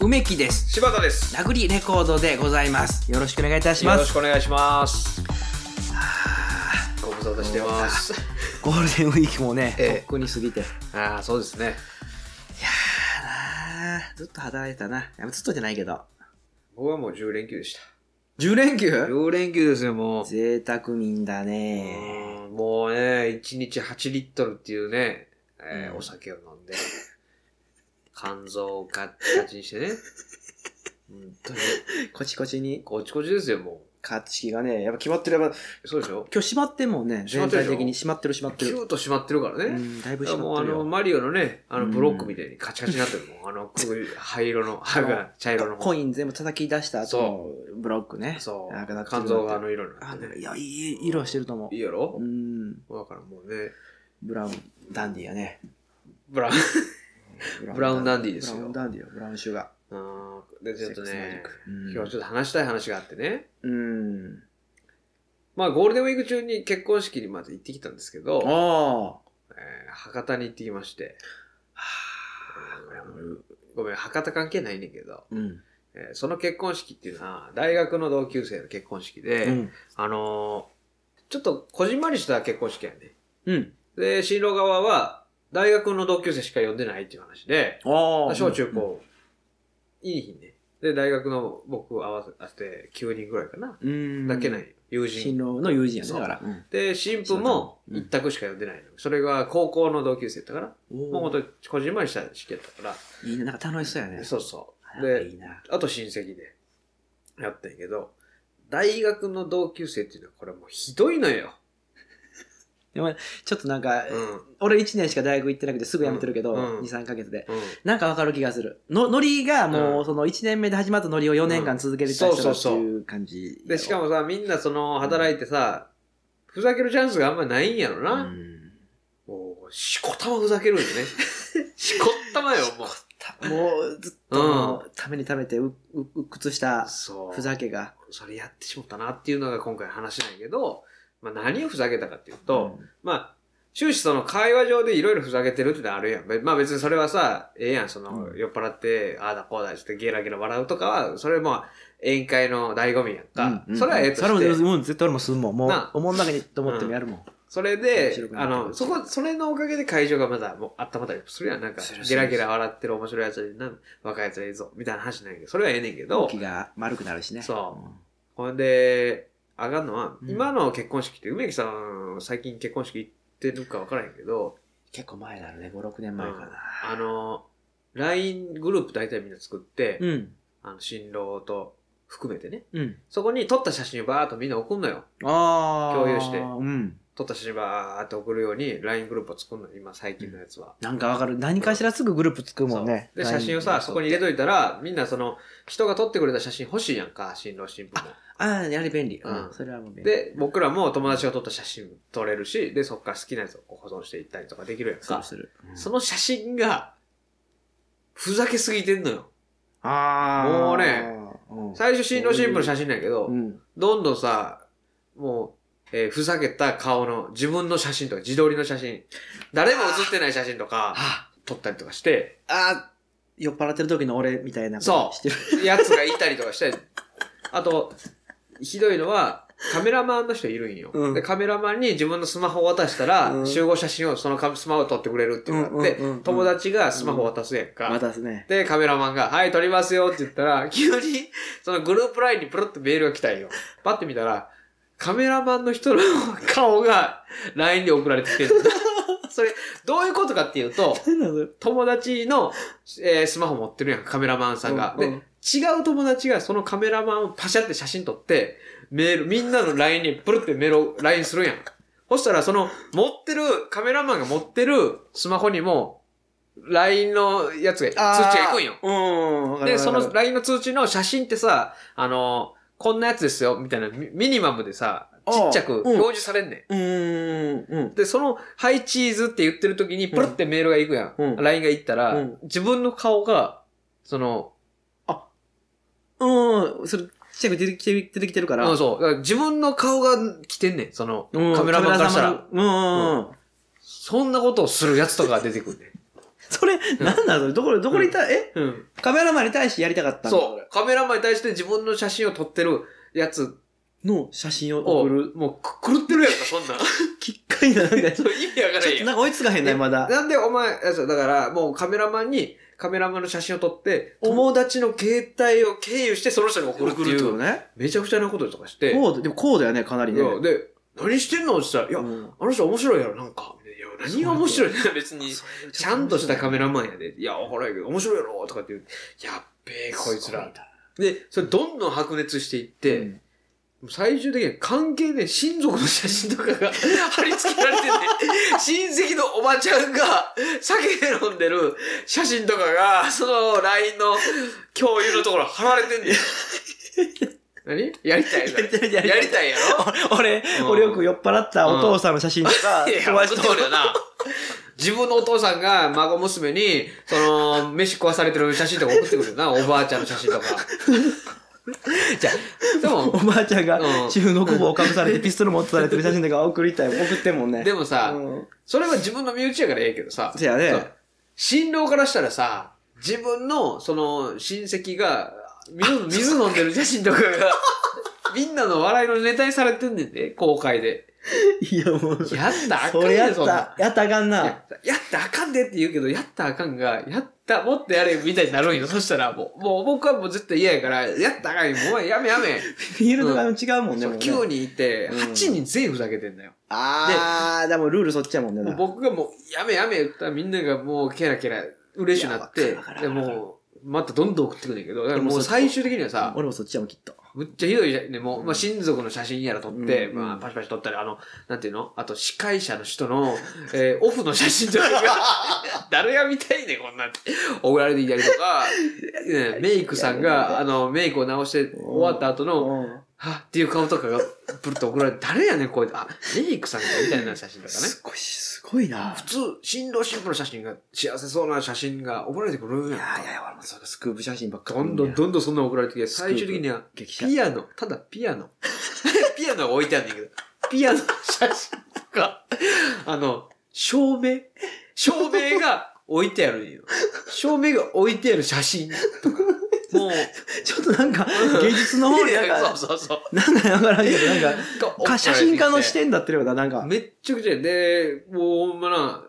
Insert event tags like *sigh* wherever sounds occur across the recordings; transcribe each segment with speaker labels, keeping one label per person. Speaker 1: 梅木です
Speaker 2: 柴田です。
Speaker 1: ラグリレコードでございますよろしくお願いいたし
Speaker 2: よ
Speaker 1: ま
Speaker 2: ろし
Speaker 1: す
Speaker 2: くお願いします。ご無沙汰してます。
Speaker 1: ゴールデンウィークもね、
Speaker 2: ええ
Speaker 1: とっくに過ぎて
Speaker 2: ああ、そうですね。
Speaker 1: あーずっと働いてたないやずっとじゃないけど
Speaker 2: 僕はもう10連休でし
Speaker 1: 10連
Speaker 2: た。
Speaker 1: 休
Speaker 2: 10連休ですよ、もう。
Speaker 1: 贅沢民だね
Speaker 2: うんもうね、1日8リットルっていうね、えー
Speaker 1: うん
Speaker 2: お酒を飲 *laughs* んで、肝臓をガッチガチにしてね。本当に、
Speaker 1: こちこちに
Speaker 2: こちこちですよ、も
Speaker 1: 加圧式がねやっぱ決まってれば今
Speaker 2: う。そうでしょ
Speaker 1: 日閉まってんもんね
Speaker 2: 閉
Speaker 1: 全
Speaker 2: まって
Speaker 1: 体
Speaker 2: るでしょ
Speaker 1: 的に閉まってる閉まって
Speaker 2: キュ
Speaker 1: る
Speaker 2: ーッと閉まってるからね。
Speaker 1: うんだいぶ閉
Speaker 2: も
Speaker 1: まっ
Speaker 2: うあ
Speaker 1: てる
Speaker 2: の、
Speaker 1: よ
Speaker 2: マリオのね、あの、
Speaker 1: うん
Speaker 2: ブロックみたいにカチカチになってるもん。あの、黒い灰色の、歯が茶色の。
Speaker 1: コイン全部叩き出した後の
Speaker 2: そ
Speaker 1: ブロックね
Speaker 2: そう。
Speaker 1: なんかなく
Speaker 2: 肝臓があの色にな
Speaker 1: あ
Speaker 2: ってね。
Speaker 1: いやいい色してると思う
Speaker 2: いいやろ
Speaker 1: うん
Speaker 2: だからもうね、
Speaker 1: ブラウンダンディやね
Speaker 2: ブラウン。ブラウンダンディですよ
Speaker 1: ブラウンダンディよブラウンシュガ
Speaker 2: あーで、
Speaker 1: ー
Speaker 2: ちょっとね、
Speaker 1: うん
Speaker 2: 今日ちょっと話したい話があってね。
Speaker 1: うん
Speaker 2: まあ、ゴールデンウィーク中に結婚式にまず行ってきたんですけ
Speaker 1: あ
Speaker 2: ど、
Speaker 1: あは
Speaker 2: えー博多に行ってきまして、
Speaker 1: あこれはもう
Speaker 2: ごめん、博多関係ないねんけど、
Speaker 1: うん
Speaker 2: えーその結婚式っていうのは、大学の同級生の結婚式で、
Speaker 1: うん
Speaker 2: あのーちょっとこじんまりした結婚式やね。
Speaker 1: うん
Speaker 2: で、新郎側は、大学の同級生しか呼んでないっていう話で、
Speaker 1: ああ
Speaker 2: 小中高、いい日ね。で、大学の僕を合わせて9人ぐらいかな。
Speaker 1: うん
Speaker 2: だけない友
Speaker 1: 新
Speaker 2: 人。
Speaker 1: 郎の友人やね
Speaker 2: そう
Speaker 1: だからうん
Speaker 2: で、新婦も一択しか呼んでないの。それが高校の同級生だから、もうほんとこじんまりした式やったか
Speaker 1: いいねなんか楽しそうやね
Speaker 2: ら、そうそ
Speaker 1: あ
Speaker 2: う。で
Speaker 1: い、いな
Speaker 2: あと親戚でやったんやけど、大学の同級生っていうのはこれもうひどいのよ。
Speaker 1: でもちょっとなんか
Speaker 2: うん。
Speaker 1: 俺1年しか大学行ってなくてすぐ辞めてるけど
Speaker 2: うんうん
Speaker 1: 23か月で
Speaker 2: うん。
Speaker 1: なんかわかる気がする。の、ノリがも
Speaker 2: う
Speaker 1: う、
Speaker 2: ん
Speaker 1: その1年目で始まったノリを4年間続けてた人だ
Speaker 2: うん
Speaker 1: って
Speaker 2: そうそうそう
Speaker 1: いう感じ。
Speaker 2: で、しかもさ、みんなその働いてさ、ふざけるチャンスがあんまないんやろ
Speaker 1: う
Speaker 2: な。
Speaker 1: ん、
Speaker 2: もう、しこたまふざけ
Speaker 1: *laughs*
Speaker 2: るんよね。しこったまよ、もう。
Speaker 1: たもう、ずっと、ためにためてう、う、うっくつした
Speaker 2: そう。
Speaker 1: ふざけが。
Speaker 2: それやってしまったなっていうのが今回の話なんやけど、まあ何をふざけたかっていうと、まあ、終始その会話上でいろいろふざけてるってのあるやん。べまあ別にそれはさ、ええやん、その、
Speaker 1: うん
Speaker 2: 酔っ払って、ああだこうだしてゲラゲラ笑うとかは、それまあ、宴会の醍醐味やん
Speaker 1: うん、
Speaker 2: か。
Speaker 1: うん
Speaker 2: それはええと
Speaker 1: そ
Speaker 2: して、
Speaker 1: れも、うん、絶対俺もすんもん。もう
Speaker 2: な、
Speaker 1: おもんなけにと思ってもやるもん。
Speaker 2: それで
Speaker 1: 面白く、な
Speaker 2: あ
Speaker 1: ってくる
Speaker 2: の、そこ、それのおかげで会場がまだ、もう、あったまったりするやん。なんか
Speaker 1: する、す
Speaker 2: ゲ
Speaker 1: る
Speaker 2: ラゲラ笑ってる面白いやつにな、若いやつがいるぞ、みたいな話なんやけど、それはええねんけど、
Speaker 1: 気が丸くなるしね。
Speaker 2: そほんで、上がるのは、
Speaker 1: うん
Speaker 2: 今の結婚式って、梅木さん、最近結婚式行ってるか分からへんけど、
Speaker 1: うん結構前だろうね、5、6年前かな。
Speaker 2: あの、LINE グループ大体みんな作って、
Speaker 1: うん。
Speaker 2: あの、新郎と含めてね、
Speaker 1: うん。
Speaker 2: そこに撮った写真をバーっとみんな送んのよ。
Speaker 1: ああ。
Speaker 2: 共有して
Speaker 1: うん。
Speaker 2: 撮った写真バーっと送るように、LINE グループを作るの、今、最近のやつは。
Speaker 1: なんかわかる。何かしらすぐグループ作るもんね。
Speaker 2: で、写真をさ、そこに入れといたら、みんなその、人が撮ってくれた写真欲しいやんか、新郎新婦も。
Speaker 1: ああ、やはり便利。うん。
Speaker 2: うん
Speaker 1: それはもう便利。
Speaker 2: で、僕らも友達が撮った写真撮れるし、で、そっから好きなやつをこう保存していったりとかできるやん
Speaker 1: す
Speaker 2: か
Speaker 1: る。する。うん
Speaker 2: その写真が、ふざけすぎてんのよ。
Speaker 1: ああ。
Speaker 2: もうね
Speaker 1: うん、
Speaker 2: 最初、新郎新婦の写真なんやけど
Speaker 1: う、ん。
Speaker 2: どんどんさ、もう、えーふざけた顔の自分の写真とか、自撮りの写真、誰も写ってない写真とか、
Speaker 1: あ、
Speaker 2: 撮ったりとかして、
Speaker 1: あ、酔っ払ってる時の俺みたいな。
Speaker 2: そう
Speaker 1: してる。
Speaker 2: やつがいたりとかして、あと、ひどいのは、カメラマンの人いるんよ、
Speaker 1: うん
Speaker 2: で、カメラマンに自分のスマホを渡したら、
Speaker 1: うん
Speaker 2: 集合写真をそのカスマホを撮ってくれるっていうのがあって、
Speaker 1: うんうんうんうん
Speaker 2: 友達がスマホ渡すやんか。
Speaker 1: 渡すね。
Speaker 2: で、カメラマンが、はい、撮りますよって言ったら、 *laughs* 急に、そのグループラインにプロッとメールが来たんよ。パッて見たら、カメラマンの人の顔が LINE に送られてきてる。それ、どういうことかっていうと、友達の、えースマホ持ってるやん、カメラマンさんが。
Speaker 1: うんうん
Speaker 2: で、違う友達がそのカメラマンをパシャって写真撮って、メール、みんなの LINE にプルってメールを LINE するやん。そしたら、その、持ってる、カメラマンが持ってるスマホにも、LINE のやつが、通知が行くんよ。
Speaker 1: よ。うん。
Speaker 2: で、その LINE の通知の写真ってさ、あの、こんなやつですよ、みたいなミミニマムでさ、
Speaker 1: あ
Speaker 2: ち
Speaker 1: ー
Speaker 2: っちゃ
Speaker 1: うん
Speaker 2: く表示されんねん。
Speaker 1: うん、うん。
Speaker 2: で、その、ハイチーズって言ってる時に、プルってメールが行くやん。
Speaker 1: うん
Speaker 2: LINE が行ったら、
Speaker 1: うん
Speaker 2: 自分の顔が、その、
Speaker 1: うん。それ、ちっちゃく出てきてる、出てきてるから。
Speaker 2: うんそう。だから自分の顔が来てんねん。その、
Speaker 1: うん
Speaker 2: カメラマンからしたら。
Speaker 1: カメラマンのうん。
Speaker 2: そんなことをするやつとかが出てくるねん。
Speaker 1: それ、なんなのそれどこで、どこでいた、え
Speaker 2: うん。
Speaker 1: カメラマンに対してやりたかったんだ
Speaker 2: そう。カメラマンに対して自分の写真を撮ってるやつ
Speaker 1: の写真を
Speaker 2: を、
Speaker 1: 送る。
Speaker 2: もうく狂ってるやんか、そんなん。
Speaker 1: きっかいな、なんか、ちょっ
Speaker 2: *laughs* そう意味わからん
Speaker 1: と
Speaker 2: やん
Speaker 1: なんか追いつかへんね、
Speaker 2: ね
Speaker 1: まだ。
Speaker 2: なんでお前、あそうだから、もうカメラマンに、カメラマンの写真を撮って、
Speaker 1: うん
Speaker 2: 友達の携帯を経由してその人に送るってい
Speaker 1: こと
Speaker 2: う、
Speaker 1: ね。
Speaker 2: めちゃくちゃなこととかして、
Speaker 1: こう、でもこうだよね、かなり
Speaker 2: い
Speaker 1: ね。
Speaker 2: やで、何してんのって言ったら、いや、
Speaker 1: うん
Speaker 2: あの人面白いやろ、なんか。いや、何が面白いんだよ、別に。ちゃんとしたカメラマンやで。いや、わからんけど、面白いやろ、とかって言う。やっべえ、こいつら。。で、それどんどん白熱していって、
Speaker 1: うん
Speaker 2: 最終的には関係ねえ親族の写真とかが *laughs* 貼り付けられてね、親戚のおばちゃんが酒飲んでる写真とかが、その LINE の共有のところ貼られてん *laughs* ねん。何やりたい
Speaker 1: やりたい
Speaker 2: や
Speaker 1: やりたい
Speaker 2: りたいやろ
Speaker 1: 俺、俺よく酔っ払ったお父さんの写真と *laughs* か、
Speaker 2: いや、
Speaker 1: 友達
Speaker 2: 送っ
Speaker 1: と
Speaker 2: てくるよな。 *laughs* 自分のお父さんが孫娘に、その、飯食わされてる写真とか送ってくるよな、おばあちゃんの写真とか。じゃあ
Speaker 1: *laughs*
Speaker 2: で
Speaker 1: お
Speaker 2: も、
Speaker 1: ばあちゃんが
Speaker 2: うん
Speaker 1: 中の小棒をかぶされてピストル持ってされてる写真とか送りたい。送ってんもんね。
Speaker 2: でもさ、
Speaker 1: うん
Speaker 2: それは自分の身内やからええけどさ。
Speaker 1: せやね
Speaker 2: そう新郎からしたらさ、自分の、その、親戚が、
Speaker 1: *laughs*
Speaker 2: 水、水飲んでる写真とかが、みんなの笑いのネタにされてんねんで、公開で。
Speaker 1: いやもう、
Speaker 2: やったらあかん
Speaker 1: それや
Speaker 2: で
Speaker 1: っ
Speaker 2: そんなん
Speaker 1: た、やったらあかん
Speaker 2: い
Speaker 1: な
Speaker 2: *laughs* や。やったらあかんでって言うけど、やったらあかんが、やった、もっとやれみたいに
Speaker 1: *laughs*
Speaker 2: なるんよ。そしたら、もう、もう僕はもう絶対嫌やから、やったらあかんよ。もうやめやめ。
Speaker 1: フィールドが違うもんね。
Speaker 2: そう
Speaker 1: もうね
Speaker 2: 9人いて、
Speaker 1: うん
Speaker 2: 8人全員ふざけてんだよ。
Speaker 1: あー、でもルールそっちやもんね。
Speaker 2: もう僕がもう、やめやめ言ったらみんながもう、ケラケラ、嬉しくなっ
Speaker 1: い
Speaker 2: て
Speaker 1: やわかるわか、る
Speaker 2: でもう、またどんどん送ってくんだけど、だから
Speaker 1: で
Speaker 2: も
Speaker 1: も
Speaker 2: う
Speaker 1: そ
Speaker 2: 最終的にはさ、
Speaker 1: 俺もそっちやもんきっと。
Speaker 2: むっちゃひどいじゃんね、もう、
Speaker 1: うん
Speaker 2: まあ、親族の写真やら撮って、
Speaker 1: うん
Speaker 2: まあ、パシパシ撮ったり、あの、なんていうのあと、司会者の人の、えーオ *laughs* フの写真と
Speaker 1: *laughs*
Speaker 2: かが、誰が見たいねん、こんなん送られてきたりとか、ねメイクさんが、あの、メイクを直して終わった後の、
Speaker 1: うん
Speaker 2: はっっていう顔とかが、ぶるっと送られて、誰やねん、こうやって、あ、メイクさんか、みたいな写真とかね。
Speaker 1: すごい、すごいな。
Speaker 2: 普通、新郎新婦の写真が、幸せそうな写真が送られてくるんやん
Speaker 1: いやいやいや、俺もそれスクープ写真ばっか
Speaker 2: どんどん
Speaker 1: ん、
Speaker 2: どんどんそんなの送られてきて、最終的には、
Speaker 1: 激写。
Speaker 2: ピアノ、ただピアノ。 *laughs* ピアノが置いてあるんだけど、ピアノの写真とか、あの、照明照明が置いてあるんよ。照明が置いてある写真とか。もう、
Speaker 1: ちょっとなんか、芸術の方になんか、
Speaker 2: そうそうそう。
Speaker 1: なんかわからんけど、なんか、
Speaker 2: *laughs*
Speaker 1: か写真家の視
Speaker 2: て
Speaker 1: 点だってるよな、なんか。
Speaker 2: めっちゃくちゃやで、もうほんまな、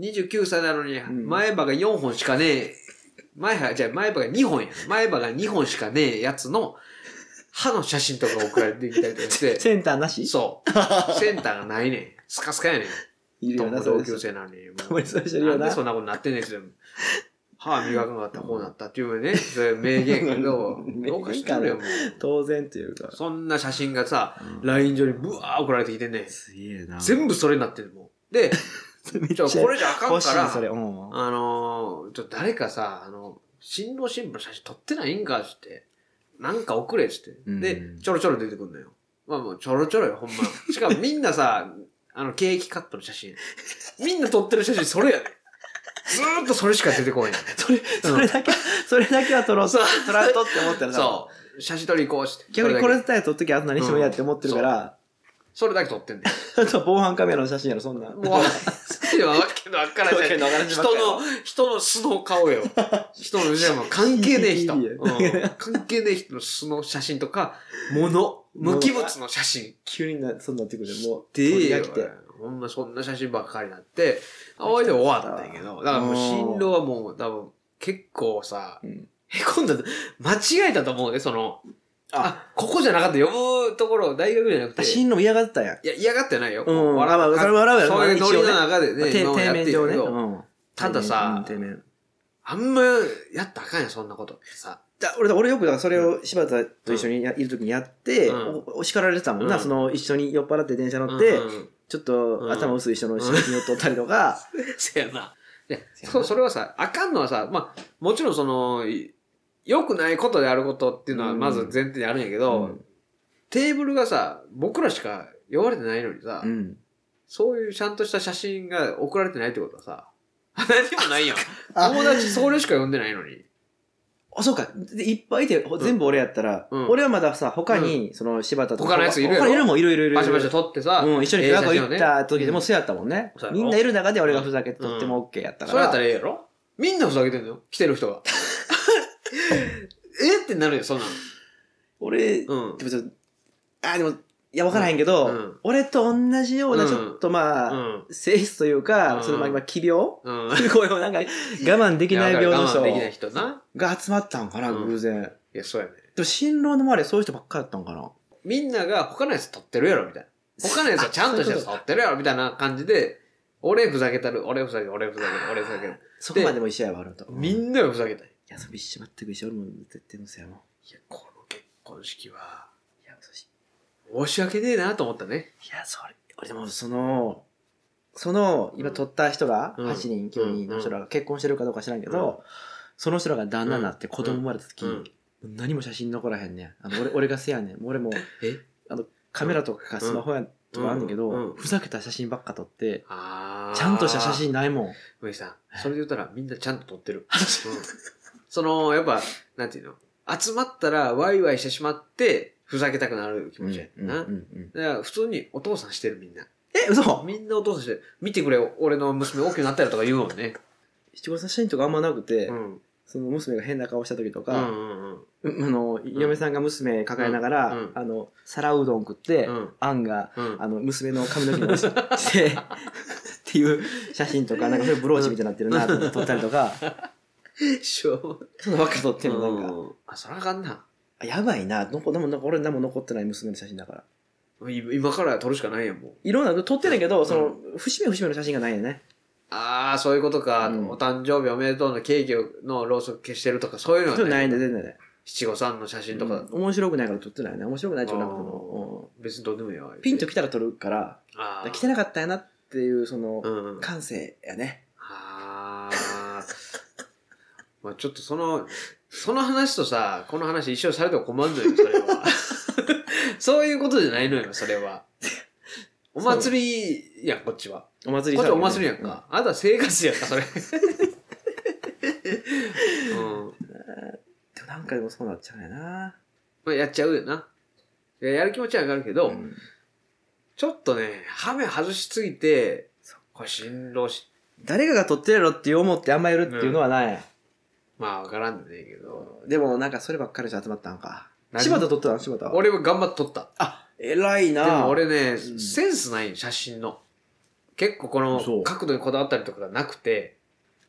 Speaker 2: 29歳なのに、
Speaker 1: ん
Speaker 2: 前歯が4本しかねえ、前歯、じゃあ前歯が2本や。前歯が2本しかねえやつの、歯の写真とか送られてきたりとか *laughs* して、
Speaker 1: センターなし *laughs*
Speaker 2: そう。センターがないねん。スカスカやねん。
Speaker 1: いるよな、そ
Speaker 2: 同
Speaker 1: れ。
Speaker 2: 級生なのに。
Speaker 1: たまにそうしてる
Speaker 2: な
Speaker 1: よ
Speaker 2: んで
Speaker 1: な。、
Speaker 2: そんなことなってんねんけど。歯磨くなかったらこうなったっていうね、そういう名言やけど
Speaker 1: *laughs* 名言かな
Speaker 2: どうかしてくれよ、もう。
Speaker 1: 当然というか。
Speaker 2: そんな写真がさ、
Speaker 1: うん
Speaker 2: LINE 上にブワー送られてきてんねん。
Speaker 1: すげえな。
Speaker 2: 全部それになってるもん。で、
Speaker 1: めっ
Speaker 2: ち
Speaker 1: ち *laughs*
Speaker 2: ょ
Speaker 1: ゃ
Speaker 2: これじゃあかん
Speaker 1: 欲し
Speaker 2: か
Speaker 1: い、それ。
Speaker 2: ら、
Speaker 1: うん。
Speaker 2: あのー、ちょっと誰かさ、あの、新郎新婦の写真撮ってないんかって、なんか送れっつって。
Speaker 1: うん
Speaker 2: で、ちょろちょろ出てくんのよ。まあもうちょろちょろよ、ほん
Speaker 1: *laughs*
Speaker 2: ま。しかもみんなさ、あの、ケーキカップの写真。みんな撮ってる写真それやねんずーっとそれしか出てこない。
Speaker 1: *laughs* それ、それだけ、それだけは撮ろう、撮
Speaker 2: そう
Speaker 1: らんとって思ったらさ、
Speaker 2: そう。写真撮り行こうして。
Speaker 1: 逆にこ
Speaker 2: そ
Speaker 1: れ
Speaker 2: れだけ
Speaker 1: 伝え撮っときゃあと何してもいいやって思ってるから、
Speaker 2: それだけ撮ってんねん
Speaker 1: *laughs* あとは防犯カメラの写真やろ、そんなん。
Speaker 2: もう、そうわけのわからない。
Speaker 1: わけのわからん
Speaker 2: 人の、
Speaker 1: *laughs*
Speaker 2: 人の素の顔よ。人のじゃもう関係ねえ人。
Speaker 1: いいいいいい
Speaker 2: うん関係ねえ人の素の写真とか、物、無機物の写真。
Speaker 1: 急にな、そんなってくるもう、
Speaker 2: で
Speaker 1: 鳥
Speaker 2: え
Speaker 1: が
Speaker 2: よ
Speaker 1: 来て。
Speaker 2: ほんまそんな写真ばっかりになって、あおいで終わったんやけど、だからもう新郎はもう多分結構さ、
Speaker 1: うん
Speaker 2: へこんだと、間違えたと思うね、その、あ、ここじゃなかった、呼ぶところ、大学じゃなくて。
Speaker 1: あ、進路嫌がってたんや。
Speaker 2: いや、嫌がってないよ。
Speaker 1: うん
Speaker 2: 笑
Speaker 1: まあまあそれは笑うよ
Speaker 2: そういうノリ
Speaker 1: 一応ね
Speaker 2: の中でね、
Speaker 1: て
Speaker 2: 今までやって
Speaker 1: 底面上
Speaker 2: るけ
Speaker 1: ね。
Speaker 2: ど
Speaker 1: うん
Speaker 2: たださ
Speaker 1: 底面。
Speaker 2: あんまやったらあかんやん、そんなこと。さ。
Speaker 1: だ俺だ俺よくだからそれを柴田と一緒にやいる時にやって、
Speaker 2: うん
Speaker 1: おお叱られてたもんな、
Speaker 2: うん
Speaker 1: その一緒に酔っ払って電車乗って、
Speaker 2: うんうん
Speaker 1: ちょっと頭薄い人の写真を撮ったりとか、
Speaker 2: せやな。いや、
Speaker 1: せやな
Speaker 2: そそれはさ、あかんのはさ、まあ、もちろんその、い良くないことであることっていうのは
Speaker 1: うん
Speaker 2: まず前提にあるんやけど、
Speaker 1: うん
Speaker 2: テーブルがさ、僕らしか呼ばれてないのにさ、
Speaker 1: うん
Speaker 2: そういうちゃんとした写真が送られてないってことはさ、何もないやん。
Speaker 1: あ
Speaker 2: *laughs* 友達それしか呼んでないのに。
Speaker 1: あそうかでいっぱいいてほ全部俺やったら、
Speaker 2: うん
Speaker 1: 俺はまださ他にその柴田とか
Speaker 2: 他のやついるやろ
Speaker 1: 他にいるもんいるいるいる
Speaker 2: バシバシ撮ってさ、
Speaker 1: うん、一緒に
Speaker 2: ええ
Speaker 1: 琵琶湖
Speaker 2: 写真を
Speaker 1: 行った時でも
Speaker 2: うん
Speaker 1: そうやったもんね
Speaker 2: そうやろ
Speaker 1: みんないる中で俺がふざけて撮っても OK やったか
Speaker 2: そうや
Speaker 1: ら、
Speaker 2: ったらええやろみんなふざけてんのよ。来てる人 *laughs* が。えってなるよ、そんな
Speaker 1: 俺、
Speaker 2: の。
Speaker 1: でもちょっと、あ、でも、いや、わからへんけど、
Speaker 2: うんうん
Speaker 1: 俺と同じような、ちょっとまあ、
Speaker 2: うん。
Speaker 1: 性質というか、
Speaker 2: うん
Speaker 1: そのまあ今、奇病
Speaker 2: うん。うん。
Speaker 1: こういうなんか、我慢できない病の人
Speaker 2: いやわかる我慢できない人な。
Speaker 1: が集まったんかな、
Speaker 2: うん
Speaker 1: 偶然。で
Speaker 2: いや、そうやね。
Speaker 1: も、新郎の周りはそういう人ばっかりだったんかな。
Speaker 2: みんなが他のやつ取ってるやろ、みたいな。
Speaker 1: *laughs*
Speaker 2: 他のやつはちゃんとしたやつ取ってるやろ、みたいな感じで、俺ふざけたる、俺ふざける、俺ふざける、俺ふざける。
Speaker 1: そこまでも一緒やわ、俺と。
Speaker 2: み
Speaker 1: い
Speaker 2: んながふざけたい。
Speaker 1: や、そび一緒、全く一緒。俺も絶対のせやもん。い
Speaker 2: いや、この結婚式は、
Speaker 1: や、そし、
Speaker 2: 申し訳ねえなと思ったね。
Speaker 1: いや、それ、俺でもその、その、今撮った人が、
Speaker 2: うん
Speaker 1: 8人、9人の人らが結婚してるかどうか知らんけど、その人らが旦那になって子供生まれた時、
Speaker 2: うん
Speaker 1: 何も写真残らへんねん。あの俺俺がせやねん。もう俺も
Speaker 2: え
Speaker 1: カメラとかスマホやとかあんねんけど、
Speaker 2: うんうん
Speaker 1: ふざけた写真ばっか撮って、
Speaker 2: あー
Speaker 1: ちゃんとした写。真ないもん。
Speaker 2: 上木さん、それで言ったらみんなちゃんと撮
Speaker 1: *laughs*
Speaker 2: ってる。うんその、やっぱ、なんていうの集まったらワイワイしてしまって、ふざけたくなる気持ちや
Speaker 1: うんうん
Speaker 2: な。
Speaker 1: うん
Speaker 2: だから普通にお父さんしてるみんな。
Speaker 1: え、嘘
Speaker 2: みんなお父さんしてる。見てくれ、俺の娘大きくなったよとか言うもんね。
Speaker 1: 七五三写真とかあんまなくて、
Speaker 2: うん。
Speaker 1: その娘が変な顔した時と
Speaker 2: うんう
Speaker 1: か、
Speaker 2: んうん。
Speaker 1: うあの、嫁さんが娘抱えながら、
Speaker 2: うんうん
Speaker 1: あの、皿うどん食って、
Speaker 2: うん
Speaker 1: あんが、
Speaker 2: うん
Speaker 1: あの、娘の髪の毛にして、
Speaker 2: *laughs*
Speaker 1: っていう写真とか、なんかそういうブローチみたいになってるなと思って撮ったりとか、
Speaker 2: しょう
Speaker 1: そのばっか撮ってんの、なんか。
Speaker 2: うんあ、そらあかんな。
Speaker 1: あやばいな。どこでも、なんか俺何も残ってない娘の写真だから。
Speaker 2: い今から撮るしかないやん、もう。
Speaker 1: いろんな、撮ってんねんけど、その、節目節目の写真がないよね。
Speaker 2: ああ、そういうことか。
Speaker 1: うん
Speaker 2: お誕生日おめでとうのケーキのろうそく消してるとか、そういうの
Speaker 1: そういうの
Speaker 2: はね
Speaker 1: ないんで、全然ね。
Speaker 2: 七五三の写真とか、
Speaker 1: うん面白くないから撮ってないね。面白くないっていうかなんかそ
Speaker 2: あ
Speaker 1: の、
Speaker 2: 別にどうでもいいよ。
Speaker 1: うんピンと来たら撮るから、
Speaker 2: ああ。
Speaker 1: 来てなかったやなっていう、その
Speaker 2: う、んうん。
Speaker 1: 感性やね。
Speaker 2: ああ。まあちょっとその、その話とさ、この話一生されても困るのよ、それは。そういうことじゃないのよ、それは。お祭りやん、こっちは。
Speaker 1: お祭
Speaker 2: こっち
Speaker 1: 騒
Speaker 2: お
Speaker 1: ぎね
Speaker 2: 祭りやんか。あなたは生活やんか、それ。うん。
Speaker 1: でもなんかでもそうなっちゃうよな。
Speaker 2: まあ、やっちゃうよな。いややる気持ちは上がるけど、
Speaker 1: ん
Speaker 2: ちょっとね、ハメ外しすぎて
Speaker 1: そ、
Speaker 2: これ新郎し、
Speaker 1: 誰かが撮ってるやろって思ってあんまやるっていうのはない。
Speaker 2: まあわからんでねえけど、
Speaker 1: でもなんかそればっかりで集まったんか。
Speaker 2: 何
Speaker 1: 柴田撮ってたの柴田。
Speaker 2: 俺は頑張って撮った。
Speaker 1: あ、偉い
Speaker 2: で
Speaker 1: な
Speaker 2: も俺ね、
Speaker 1: ん
Speaker 2: センスないよ写真の。結構この
Speaker 1: そう
Speaker 2: 角度にこだわったりとかがなくて、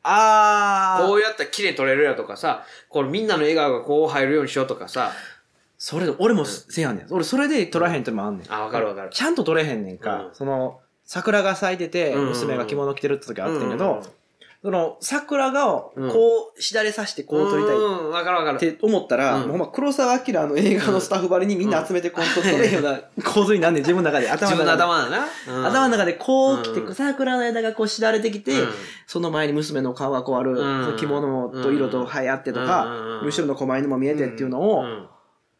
Speaker 1: あー。
Speaker 2: こうやったら綺麗に撮れるやとかさ、このみんなの笑顔がこう入るようにしようとかさ、
Speaker 1: それで、俺もせやねん。俺それで撮らへんってのもあんねん。
Speaker 2: あ、わかるわかる。
Speaker 1: ちゃんと撮れへんねんか。
Speaker 2: うん
Speaker 1: その、桜が咲いてて、
Speaker 2: うん
Speaker 1: 娘が着物着てるって時あったんやけ
Speaker 2: うんうんうん
Speaker 1: ど、、その、桜が、こう、しだれさしてこう撮りたい
Speaker 2: うん、わかるわかる。
Speaker 1: って思ったら、
Speaker 2: う
Speaker 1: も
Speaker 2: ん
Speaker 1: うほんま黒澤明の映画のスタッフばりにみんな集めてこう撮れへんような
Speaker 2: *laughs*
Speaker 1: 構図になんねん、自分の中で。頭
Speaker 2: 自
Speaker 1: の
Speaker 2: 分の
Speaker 1: 中で。
Speaker 2: 頭だな。うん
Speaker 1: 頭の中でこう来
Speaker 2: う
Speaker 1: て、
Speaker 2: ん
Speaker 1: 桜の枝がこうしだれてきて、
Speaker 2: うん
Speaker 1: その前に娘の顔がこうある、
Speaker 2: うん
Speaker 1: その着物と色と生え合ってとか、
Speaker 2: うん
Speaker 1: 後ろの狛犬も見えてっていうのを、
Speaker 2: うん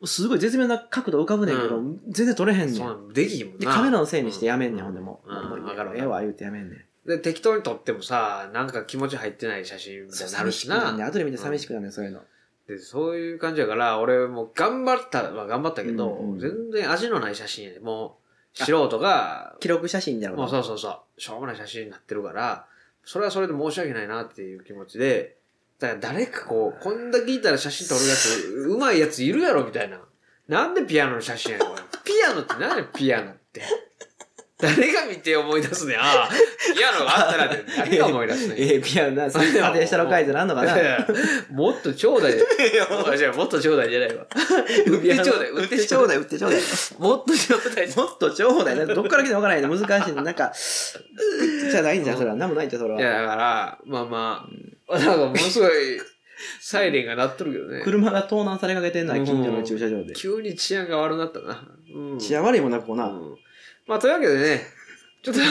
Speaker 1: すごい絶妙な角度浮かぶねんけど、
Speaker 2: う
Speaker 1: 全然撮れへんね。
Speaker 2: そうんなのできひんもん
Speaker 1: で、
Speaker 2: な
Speaker 1: カメラのせいにしてやめんねん、ほんでもう。
Speaker 2: うん
Speaker 1: もう
Speaker 2: わかるわかる
Speaker 1: ええわ、言うてやめんねん。
Speaker 2: で適当に撮ってもさなんか気持ち入ってない写真みたいにな
Speaker 1: 寂
Speaker 2: る
Speaker 1: し
Speaker 2: し
Speaker 1: くなんね。
Speaker 2: なん
Speaker 1: 後で見て寂しくなんねん、そういうの。
Speaker 2: でそういう感じやから俺もう頑張ったは頑張ったけど、
Speaker 1: うんうん
Speaker 2: 全然味のない写真やでもう素人が
Speaker 1: 記録写真みたいな
Speaker 2: も
Speaker 1: こ
Speaker 2: う
Speaker 1: と。
Speaker 2: そうそうそうしょうもない写真になってるからそれはそれで申し訳ないなっていう気持ちでだから誰かこうこんだけいたら写真撮るやつうまいやついるやろみたいななんでピアノの写真やねんこれピアノって何やねんピアノって誰が見て思い出すねんああピアノがあったらね誰が思い出すねん
Speaker 1: *laughs* ええ、ピアノな、それで定したろかいじゃなんのかな。 *laughs*
Speaker 2: いやいや *laughs* もっとちょうだい。あじゃあもっとちょうだいじゃないわ。 *laughs* 売ってちょうだい、
Speaker 1: 売
Speaker 2: *laughs* 売
Speaker 1: っ
Speaker 2: ってて
Speaker 1: ち
Speaker 2: ち
Speaker 1: ょ
Speaker 2: ょ
Speaker 1: う
Speaker 2: う
Speaker 1: だ
Speaker 2: だ
Speaker 1: い、
Speaker 2: い。
Speaker 1: 売ってちょうだい。
Speaker 2: もっとちょうだい。
Speaker 1: *laughs* もっとちょうだいな。どっから来ても分からないね。難しいね。なんか、じゃないんじゃん、それは。なんもないんじゃん、それ
Speaker 2: い
Speaker 1: は。
Speaker 2: や、だから、まあまあ、なんかものすごい、サイレンが鳴っとるけどね。
Speaker 1: 車が盗難されかけてんな、
Speaker 2: うん
Speaker 1: 近所の駐車場で。
Speaker 2: 急に治安が悪くなったな。うん。
Speaker 1: 治安悪いもんな、ここ
Speaker 2: う
Speaker 1: な。
Speaker 2: ん。まあ、というわけでね、ちょっと *laughs* あ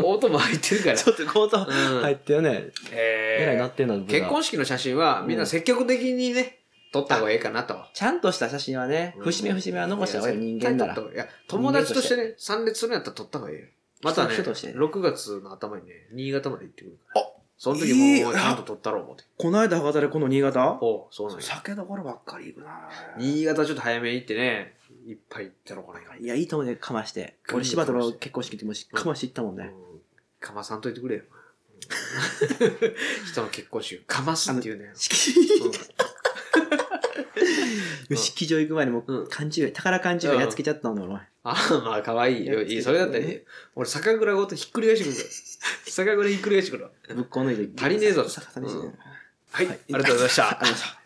Speaker 2: の、音も入ってるから。
Speaker 1: ちょっと強盗
Speaker 2: うん
Speaker 1: 入ってよね。えらい
Speaker 2: え
Speaker 1: なってんな、
Speaker 2: ー結婚式の写真は、みんな積極的にね、撮った方がいいかなと。
Speaker 1: ちゃんとした写真はね、
Speaker 2: うん
Speaker 1: 節目節目は残した方がいい人間なら。
Speaker 2: いや、友達としてね、参列するんやったら取った方がいいよ。またね、
Speaker 1: 人として
Speaker 2: 6月の頭にね、新潟まで行ってくるか
Speaker 1: あ
Speaker 2: ら。その時
Speaker 1: いい
Speaker 2: もうちゃんと取ったろう思って。
Speaker 1: この間博多でこの新潟
Speaker 2: おうそうなんや。
Speaker 1: 酒どころばっかり行くな。
Speaker 2: 新潟ちょっと早めに行ってね、いっぱい行ってろこないか
Speaker 1: いや、いいと思うね、かまして。俺、柴田の結婚式の時もしかまして行ったもん
Speaker 2: ら。
Speaker 1: ね。
Speaker 2: *laughs* うんかまさんといてくれよ。う人の結婚式をかますっていうね。
Speaker 1: 式
Speaker 2: うんうん
Speaker 1: 式場行く前にも
Speaker 2: う
Speaker 1: うん勘違い、宝勘違いやっつけちゃったんだよ、お前。
Speaker 2: ああ、まあ、可愛いよ。いい、それだったらね。俺、酒蔵ごとひっくり返してくるから。酒蔵ひっくり返してくるわ。
Speaker 1: ぶっこ抜いて。
Speaker 2: 足りねえぞ
Speaker 1: 逆さにして
Speaker 2: うんはい、あ
Speaker 1: はい
Speaker 2: りがとうございました
Speaker 1: あ。りがとうございました。